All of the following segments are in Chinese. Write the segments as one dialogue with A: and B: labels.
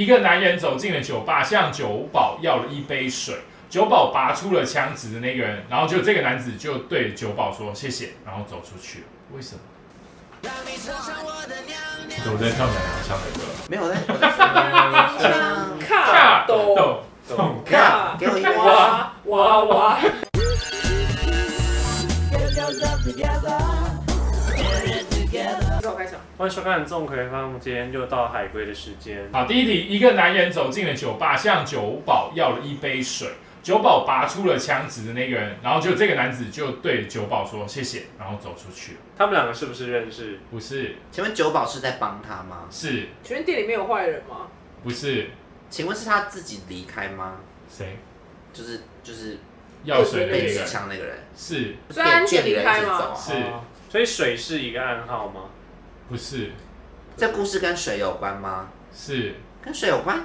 A: 一个男人走进了酒吧，向酒保要了一杯水。酒保拔出了枪指着那个人，然后就这个男子就对酒保说谢谢，然后走出去了。为什么？我在跳奶娘腔的歌。
B: 没有呢，
C: 卡都
A: 豆
B: 看，给我一个哇，
C: 哇哇哇！之后开始，
D: 欢迎收看《纵葵发木》，今天又到海龟的时间。
A: 好，第一题，一个男人走进了酒吧，向酒保要了一杯水。酒保拔出了枪指着那个人，然后就这个男子就对酒保说谢谢，然后走出去了。
D: 他们两个是不是认识？
A: 不是，
B: 请问酒保是在帮他吗？
A: 是
C: 请问店里面有坏人吗？
A: 不是
B: 请问是他自己离开吗？
A: 谁
B: 就是就是
A: 要水的那
B: 被
A: 个
B: 持
A: 人？
B: 枪那个人，
A: 是
C: 所以安全
B: 店
C: 离
B: 里人
C: 开
B: 一起走
C: 吗？
B: 啊。
A: 是
D: 哦所以水是一个暗号吗？
A: 不是
B: 这故事跟水有关吗？
A: 是
B: 跟水有关？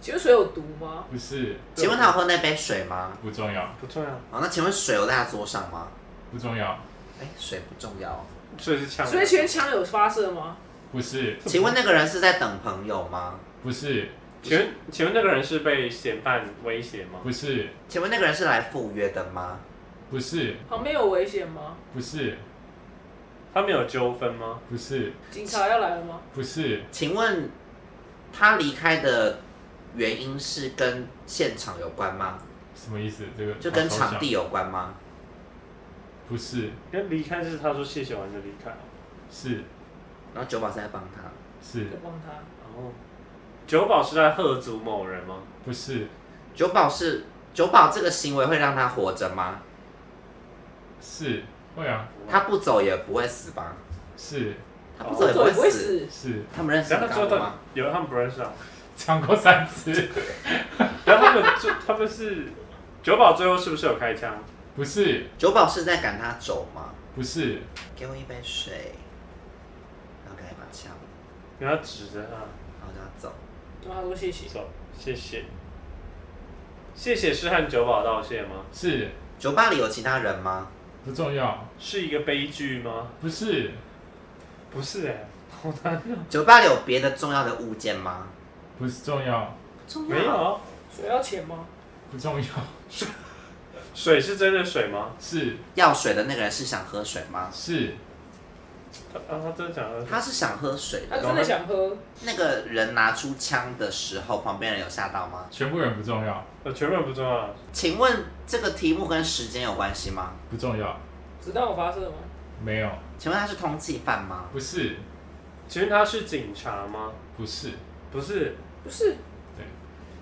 C: 请问水有毒吗？
A: 不是
B: 请问他有喝那杯水吗？
A: 不重要
D: 不啊重要，
B: 好，那请问水有在他桌上吗？
A: 不重要
B: 哎，水不重要。
D: 啊所以是枪。
C: 所以请问枪有发射吗？
A: 不是
B: 请问那个人是在等朋友吗？
A: 不是
D: 请问请问那个人是被嫌犯威胁吗？
A: 不是
B: 请问那个人是来赴约的吗？
A: 不是
C: 旁边有危险吗？
A: 不是
D: 他们有纠纷吗？
A: 不是
C: 警察要来了吗？
A: 不是
B: 请问他离开的原因是跟现场有关吗？
A: 什么意思？这个
B: 就跟
A: 哦好抽象
B: 场地有关吗？
A: 不是
D: 跟离开是他说谢谢完就离开。
A: 是
B: 然后酒保是在帮他，
A: 是
C: 就帮他。
D: 然后哦酒保是在喝足某人吗？
A: 不是
B: 酒保是酒保这个行为会让他活着吗？
A: 是会啊
B: 他不走也不会死吧？
A: 是
B: 他不走也
C: 走
B: 哦
C: 也
B: 不
C: 不
B: 会
C: 会
B: 死。
C: 死。
A: 是
B: 他们认识
D: 然后他
B: 高
D: 最后
B: 吗？
D: 有他们不认识啊。
A: 唱过三次
D: 然后他们就他们是酒保最后是不是有开枪？
A: 不是
B: 酒保是在赶他走吗？
A: 不是
B: 给我一杯水，然后给他一把枪，
D: 然后指着他。
B: 然后叫他走。
C: 然后他说谢谢。
D: 走，谢谢。谢谢是和酒保道谢吗？
A: 是
B: 酒吧里有其他人吗？
A: 不重要
D: 是一个悲剧吗？
A: 不是
D: 不是哎、好难哦。
B: 酒吧里有别的重要的物件吗？
A: 不是重要
B: 重
D: 没有。啊，
C: 水要钱吗？
A: 不重要
D: 水是真的水吗？
A: 是
B: 要水的那个人是想喝水吗？
A: 是
D: 他啊，他真的讲的
B: 他是想喝水
C: 他
B: 的。
C: 真的想喝，
B: 那个人拿出枪的时候，旁边人有吓到吗？
A: 全部人不重要
D: 呃，全本不重要。
B: 请问这个题目跟时间有关系吗？
A: 不重要
C: 子弹有发射吗？
A: 没有
B: 请问他是通缉犯吗？
A: 不是
D: 请问他是警察吗？
A: 不是
D: 不是，
C: 不是，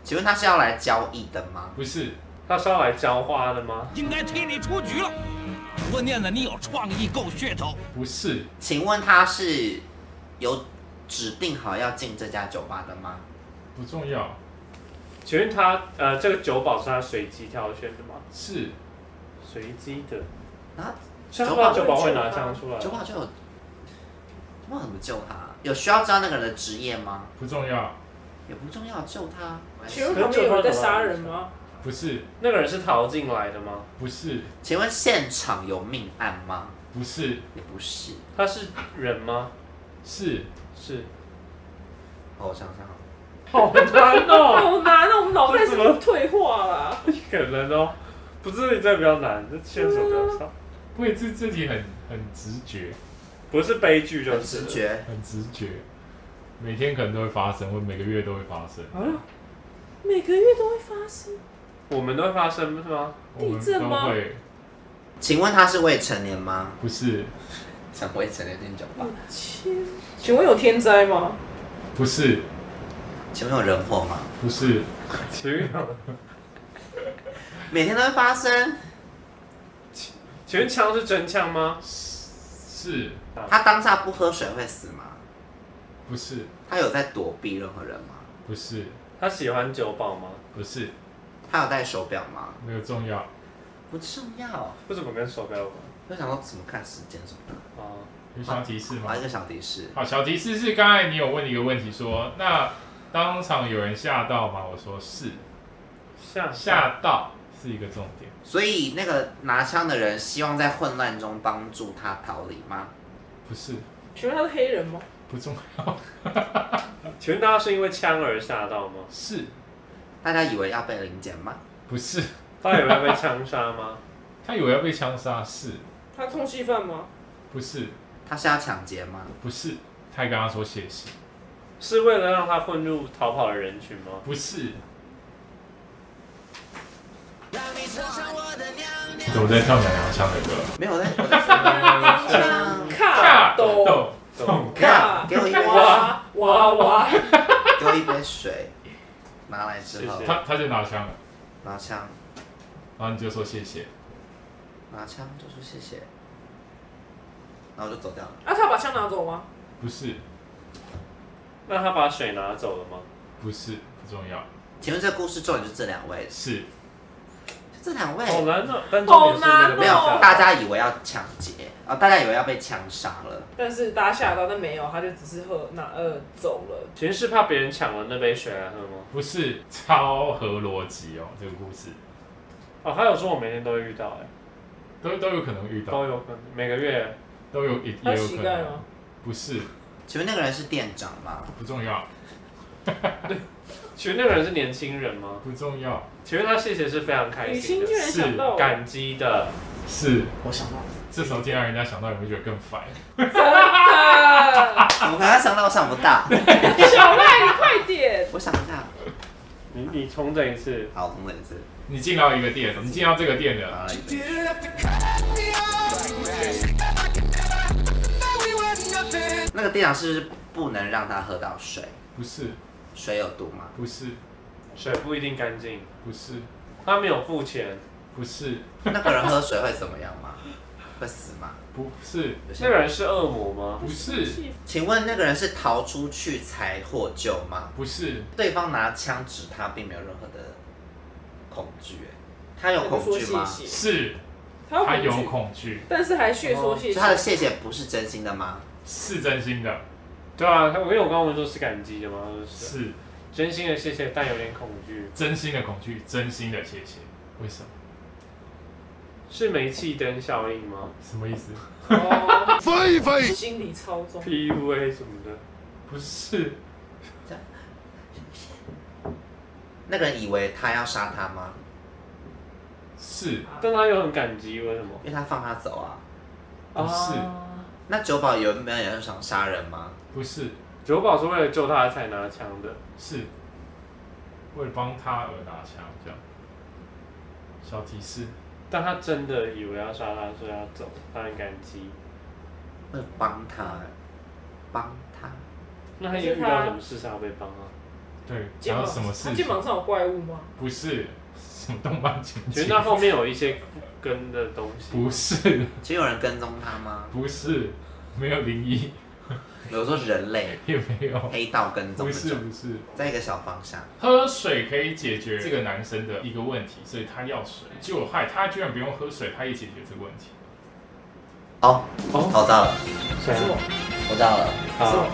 B: 请问他是要来交易的吗？
A: 不是
D: 他是要来浇花的吗？
E: 应该推你出局了。我念的你有创意，够噱头。
A: 不是
B: 请问他是有指定好要进这家酒吧的吗？
A: 不重要
D: 请问他呃，这个酒保是他随机挑选的吗？
A: 是
D: 随机的，
B: 然后
D: 所以他不知道
C: 酒
D: 酒
C: 保
D: 保
C: 会
D: 会
C: 救他
D: 拿枪出来。
B: 酒保就有，酒保怎么救他？啊有需要知道那个人的职业吗？
A: 不重要
B: 也不重要，救他。
C: 请问旁边有人在杀人吗？
A: 不是
D: 那个人是逃进来的吗？
A: 不是
B: 请问现场有命案吗？
A: 不是
B: 也不是。
D: 他是人吗？
A: 是
D: 是，
B: 哦，我想想，
D: 好难哦。
C: 好难啊！我们脑袋
D: 为
C: 是
D: 什
C: 不
D: 么
C: 是退化啦？
D: 可能哦，不是这比较难，这牵手比较少，
A: 不会这这题很很直觉，
D: 不是悲剧就
B: 很
D: 是
B: 直
D: 了。
B: 觉。
A: 很直觉，每天可能都会发生，或每个月都会发生。
D: 啊，
C: 每个月都会发生，
D: 我们都会发生是吗？
A: 我们
C: 地震
A: 都
C: 吗
A: 会
B: 请问他是未成年吗？
A: 不是
B: 想未成年进酒吧？
C: 天！请问有天灾吗？
A: 不是
B: 请问有人祸吗？
A: 不是
D: 请问
B: 每天都会发生。
D: 请问枪是真枪吗？
A: 是
B: 他当下不喝水会死吗？
A: 不是
B: 他有在躲避任何人吗？
A: 不是
D: 他喜欢酒保吗？
A: 不是
B: 他有戴手表吗？
A: 没有重要，
B: 不重要。
D: 不怎么跟手表有关
B: 就想说怎么看时间什么的。
D: 啊？
A: 有小提示吗
B: 好，一？个小提示，
A: 好，小提示是刚才你有问一个问题说，那当场有人吓到吗？我说是
D: 下
A: 吓到是一个重点，
B: 所以那个拿枪的人希望在混乱中帮助他逃离吗？
A: 不是
C: 请问他是黑人吗？
A: 不重要，
D: 请问大家是因为枪而吓到吗？
A: 是
B: 大家以为要被临检吗？
A: 不是？
D: 大家有没有被枪杀吗？
A: 他以为要被枪杀，是
C: 他通缉犯吗？
A: 不是？
B: 他是要抢劫吗？
A: 不是，他还跟他说谢谢，
D: 是为了让他混入逃跑的人群吗？
A: 不是。
F: 让你乘上我的娘娘。
A: 我在跳娘娘腔的歌，
B: 没有 我在，我在说枪
C: 卡斗
A: 豆
D: 懂
B: 卡，给我一杯，
C: 哇哇哇！
B: 给我一杯水，拿来之后
D: 谢谢
A: 他他就拿枪了，
B: 拿枪，
A: 然后你就说谢谢，
B: 拿枪就说谢谢，然后我就走掉了。
C: 啊，他把枪拿走吗？
A: 不是
D: 那他把水拿走了吗？
A: 不是不重要，
B: 请问这故事重点就这两位，
A: 是
B: 就这两位
D: 好难哦，但重点是那个
C: 哎好
B: 没
D: 被
B: 有
C: 难哦
D: 杀，
B: 大家以为要抢劫啊、大家以为要被枪杀了，
C: 但是大家吓到，但没有，他就只是喝拿呃走了。
D: 其实是怕别人抢了那杯水来喝吗？
A: 不是超合逻辑哦，这个故事
D: 哦，他有说我每天都会遇到、欸，
A: 都都有可能遇到，
D: 都有可能每个月
A: 都有也
C: 他
A: 也
C: 是
A: 有
C: 乞
A: 可
C: 丐吗
B: 哦
A: 能，？不是
B: 请问那个人是店长 吗？
A: 不重要
D: 请问那个人是年轻人吗？
A: 不重要，
D: 请问他谢谢是非常开
C: 雨
D: 心
C: 欣居
D: 的，
C: 然想到我，
D: 感激的。
A: 是
B: 我想到了，
A: 这时候竟然让人家想到，你会觉得更烦。
C: 真的，
B: 我刚刚想到我想不到，
C: 小赖，你快点！
B: 我想一下，
D: 你你重整一次，
B: 好，我们也是
A: 你进到一个店，你进到这个店啊
B: 拿
A: 了，
B: 了一杯，那个店长是不是不能让他喝到水，
A: 不是
B: 水有毒 吗？
A: 不是
D: 水不一定干净，
A: 不是
D: 他没有付钱，
A: 不是
B: 那个人喝水会怎么样吗？会死吗？
A: 不是
B: 有些
D: 那个人是恶魔吗？
A: 不是
B: 请问那个人是逃出去才获救吗？
A: 不是
B: 对方拿枪指他，并没有任何的恐惧，欸他有恐惧吗？
C: 谢谢，
A: 是，
C: 他
A: 他
C: 有
A: 有
C: 恐惧，
A: 恐惧，
C: 但是还血说谢
B: 所以
C: 谢
B: 他。的谢谢不是真心的吗？
A: 是真心的，
D: 对啊，他我因为我刚刚问说是感激的嘛，他说是
A: 是
D: 真心的谢谢，但有点恐惧，
A: 真心的恐惧，真心的谢谢。为什么？
D: 是煤气灯效应吗
A: 什么意思？
C: 哦，
F: 飞飞，
C: 心理操纵，
D: ？PUA 什么的，
A: 不是
B: 那个人以为他要杀他吗？
A: 是
D: 但他又很感激，为什么？
B: 因为他放他走啊。
A: 不是
D: 啊
B: 那九保原本也是想杀人吗？
A: 不是
D: 九保是为了救他才拿枪的，
A: 是为了帮他而拿枪这样？小提示
D: 但他真的以为要杀他，所以要走，他很感激。
B: 会帮他，帮他，
D: 那他有遇到什么事才要被帮啊？
A: 对，
C: 肩
A: 讲
C: 膀
A: 到什么
C: 他
A: 事情
C: 肩？膀上有怪物吗？
A: 不是什么动漫情
D: 其
A: 节
D: 实？那后面有一些跟的东西，
A: 不是
B: 其实有人跟踪他吗？
A: 不是，没有灵异，
B: 有时候人类
A: 也没有，
B: 黑道跟踪
A: 不
B: 那
A: 是
B: 种，
A: 不是。
B: 在一个小方向，
A: 喝水可以解决这个男生的一个问题，所以他要水，结果害他居然不用喝水，他也解决这个问题。
B: 哦，
D: 哦
B: 我知道了，
D: 谁
C: 是
D: 啊？
C: 我，
B: 我知道了，
D: 好，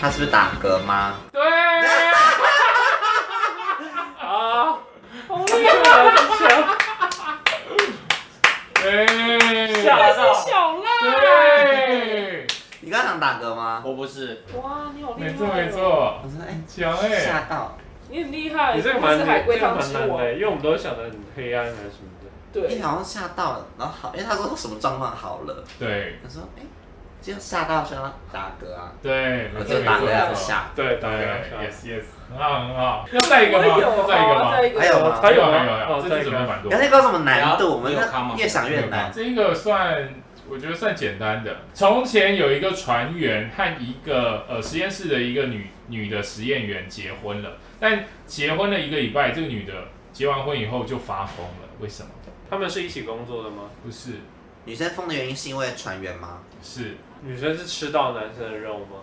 B: 他是不是打嗝吗？
A: 对，
D: 啊，
C: 好
D: 这
C: 厉
D: 个
C: 害！
D: 人是谁
A: 对，
D: 吓
C: 是
D: 到，
C: 小赖。
A: 哎对，
B: 你刚刚想打嗝吗？
F: 我不是，
C: 哇，你好
G: 哦
C: 厉害！
A: 没错没，错，
B: 我说哎，
A: 强
F: 欸
A: 哎，
B: 吓到，
C: 你很厉害。
D: 你这个
C: 不
D: 蛮
C: 是海
D: 这
C: 龟
D: 个
C: 汤
D: 蛮
C: 之
D: 难
C: 王。
D: 的，因为我们都想的很黑暗啊什么的。
B: 你
C: 对，
B: 哎好像吓到了，然后好，因哎为他说什么状况好了，
A: 对
B: 我说哎，就吓到想要打嗝啊，
A: 对，没
B: 我
A: 错
B: 就
A: 没
B: 打
A: 错
B: 嗝
A: 没错，
B: 要吓，
D: 对，
A: 对
D: 打个
A: ，yes yes，很好很好，要再一个吗？
C: 我
A: 要
G: 啊
C: 有，
A: 啊再一个
C: 好
A: 吗
C: 再？一个，
B: 还有吗？
A: 还有
D: 还
A: 还
D: 有
A: 有
D: 吗
A: 还
D: 哦
A: 有，这
D: 再一
A: 次
D: 个
A: 准备蛮多
B: 刚。才告诉我们难度，我们
F: 你有看吗
B: 越想越难。
A: 这个算，我觉得算简单的。从前有一个船员和一个呃实验室的一个女女的实验员结婚了，但结婚了一个礼拜，这个女的结完婚以后就发疯了，为什么？
D: 他们是一起工作的吗？
A: 不是，
B: 女生疯的原因是因为船员吗？
A: 是
D: 女生是吃到男生的肉吗？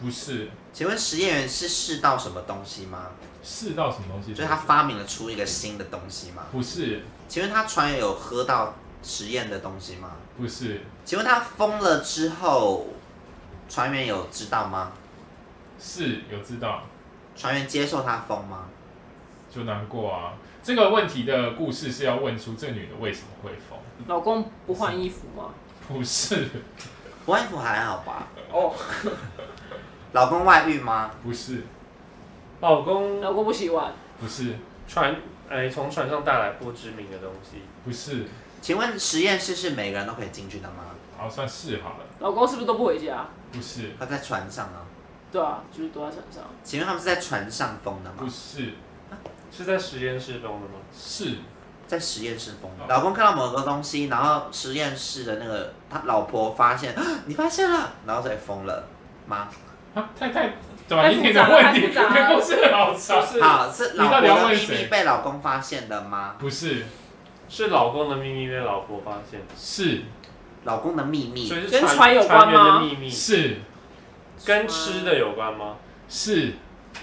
A: 不是
B: 请问实验员是试到什么东西吗？
A: 是到什么东西？
B: 就是他发明了出一个新的东西吗？
A: 不是
B: 请问他船员有喝到实验的东西吗？
A: 不是
B: 请问他疯了之后，船员有知道吗？
A: 是有知道
B: 船员接受他疯吗？
A: 就难过啊。这个问题的故事是要问出这女的为什么会疯？
C: 老公不换衣服吗？
A: 不是，
B: 不换衣服还好吧？
C: 哦，
B: 老公外遇吗？
A: 不是，
D: 老公
G: 老公不洗碗，
A: 不是，
D: 船，哎，从船上带来不知名的东西，
A: 不是，
B: 请问实验室是每个人都可以进去的吗？
A: 好，算是好了，
G: 老公是不是都不回家？
A: 不是，
B: 他在船上啊？
G: 对啊，就是都在船上。
B: 请问他们是在船上封的
A: 不
B: 吗？
A: 是，
D: 是在实验室中的吗？
A: 是
B: 在实验室封的
A: 哦。
B: 老公看到某个东西，然后实验室的那个他老婆发现，啊你发现了，然后才封了吗？
A: 啊，太太，怎么
G: 太
A: 你
G: 复
A: 点
G: 杂
A: 的
G: 了
A: 问
G: 太
A: 题
G: 复杂了
A: 全部是老
D: 不
A: 长，
D: 是，
B: 好，是老婆
A: 你到底
B: 的
A: 要问
B: 秘密
A: 谁
B: 被老公发现的吗？
A: 不是，
D: 是老公的秘密被老婆发现，
A: 嗯是
B: 老公的秘密
D: 所以是
G: 跟
D: 船
G: 船有关吗
D: 员的秘密
A: 是
D: 跟吃的有关吗？
A: 是，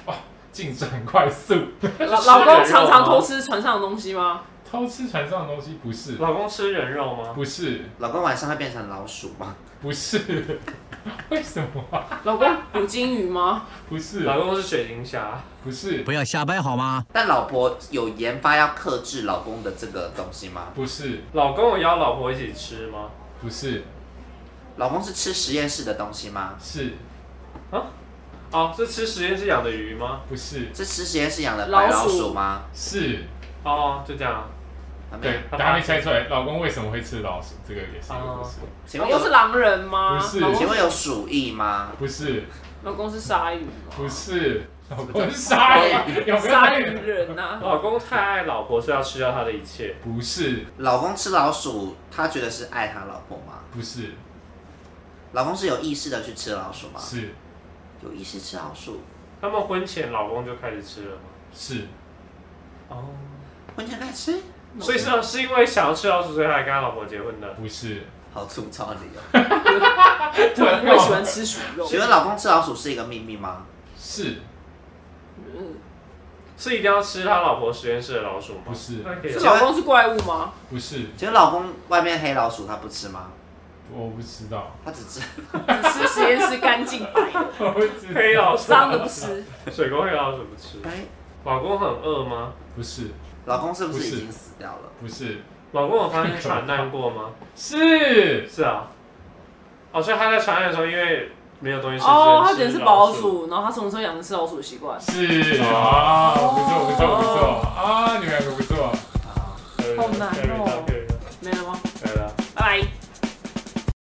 A: 哇，进展快速，
G: 老老公常常偷
D: 吃
G: 吃船上的东西吗？
A: 偷吃船上的东西不是
D: 人肉吗，，老公吃人肉吗？
A: 不是，
B: 老公晚上会变成老鼠吗？
A: 不是，为什么啊？
G: 老公捕金鱼吗？
A: 不是，
D: 老公是水晶虾，
A: 不是，
E: 不要瞎掰好吗？
B: 但老婆有研发要克制老公的这个东西吗？
A: 不是，
D: 老公有邀老婆一起吃吗？
A: 不是，
B: 老公是吃实验室的东西吗？
A: 是，
D: 哦，是吃实验室养的鱼吗？
A: 不是，
B: 是吃实验室养的
G: 老
B: 白老
G: 鼠
B: 鼠吗？
A: 是，
D: 哦，就这样，
B: 还没有
A: 对，大家没猜出来，老公为什么会吃老鼠？这个也是一个故事，
B: 请
G: 老
B: 问
G: 公是
B: 有
G: 狼人吗？
A: 不是
G: 老公
B: 请问有鼠疫吗？
A: 不是，
G: 老公是鲨鱼吗？
A: 不是，老公是鲨鱼，有没有
G: 鲨
A: 鲨
G: 鱼
A: 鱼？
G: 人啊呐、
D: 老公太爱老婆，所以要吃掉她的一切。
A: 不是，
B: 老公吃老鼠，他觉得是爱他老婆吗？
A: 不是，
B: 老公是有意识的去吃老鼠吗？
A: 是，
B: 有意识吃老鼠，
D: 他们婚前老公就开始吃了吗？
A: 是，
D: 哦，
B: 婚前该吃，
D: 所以是是因为想要吃老鼠，所以他才跟他老婆结婚的。
A: 不是，
B: 好粗糙的理由。
A: 啊
G: 我也喜欢吃鼠肉。
B: 请问老公吃老鼠是一个秘密吗？
A: 是，
G: 嗯
D: 是一定要吃他老婆实验室的老鼠吗？
A: 不是
D: 那可以
G: 是
D: 啊
G: 老公是怪物吗？
A: 不是，
B: 请问老公外面黑老鼠他不吃吗？
A: 我不知 道，
B: 他只吃。
G: 只吃实验室干净白的，
A: 我不知
D: 黑
A: 道，
D: 老鼠，啊
G: 脏的不吃。
D: 水沟黑老鼠不吃
B: 哎，
D: 老公很饿吗？
A: 不是，
B: 老公是不
A: 不
B: 是
A: 是
B: 已经死掉了？
A: 不是，
D: 老公有发生传难 过吗？
A: 是，
D: 是啊。哦，所以他在传染的时候，因为没有东西吃，
G: 哦，他
D: 只
G: 只能
D: 能吃
G: 是老
D: 鼠。
G: 鼠，然后他从小养成吃老鼠的习惯。
A: 是，啊，不错，不错，不错，啊，你们两个不错，
D: 对
G: 好难哦
D: 对对对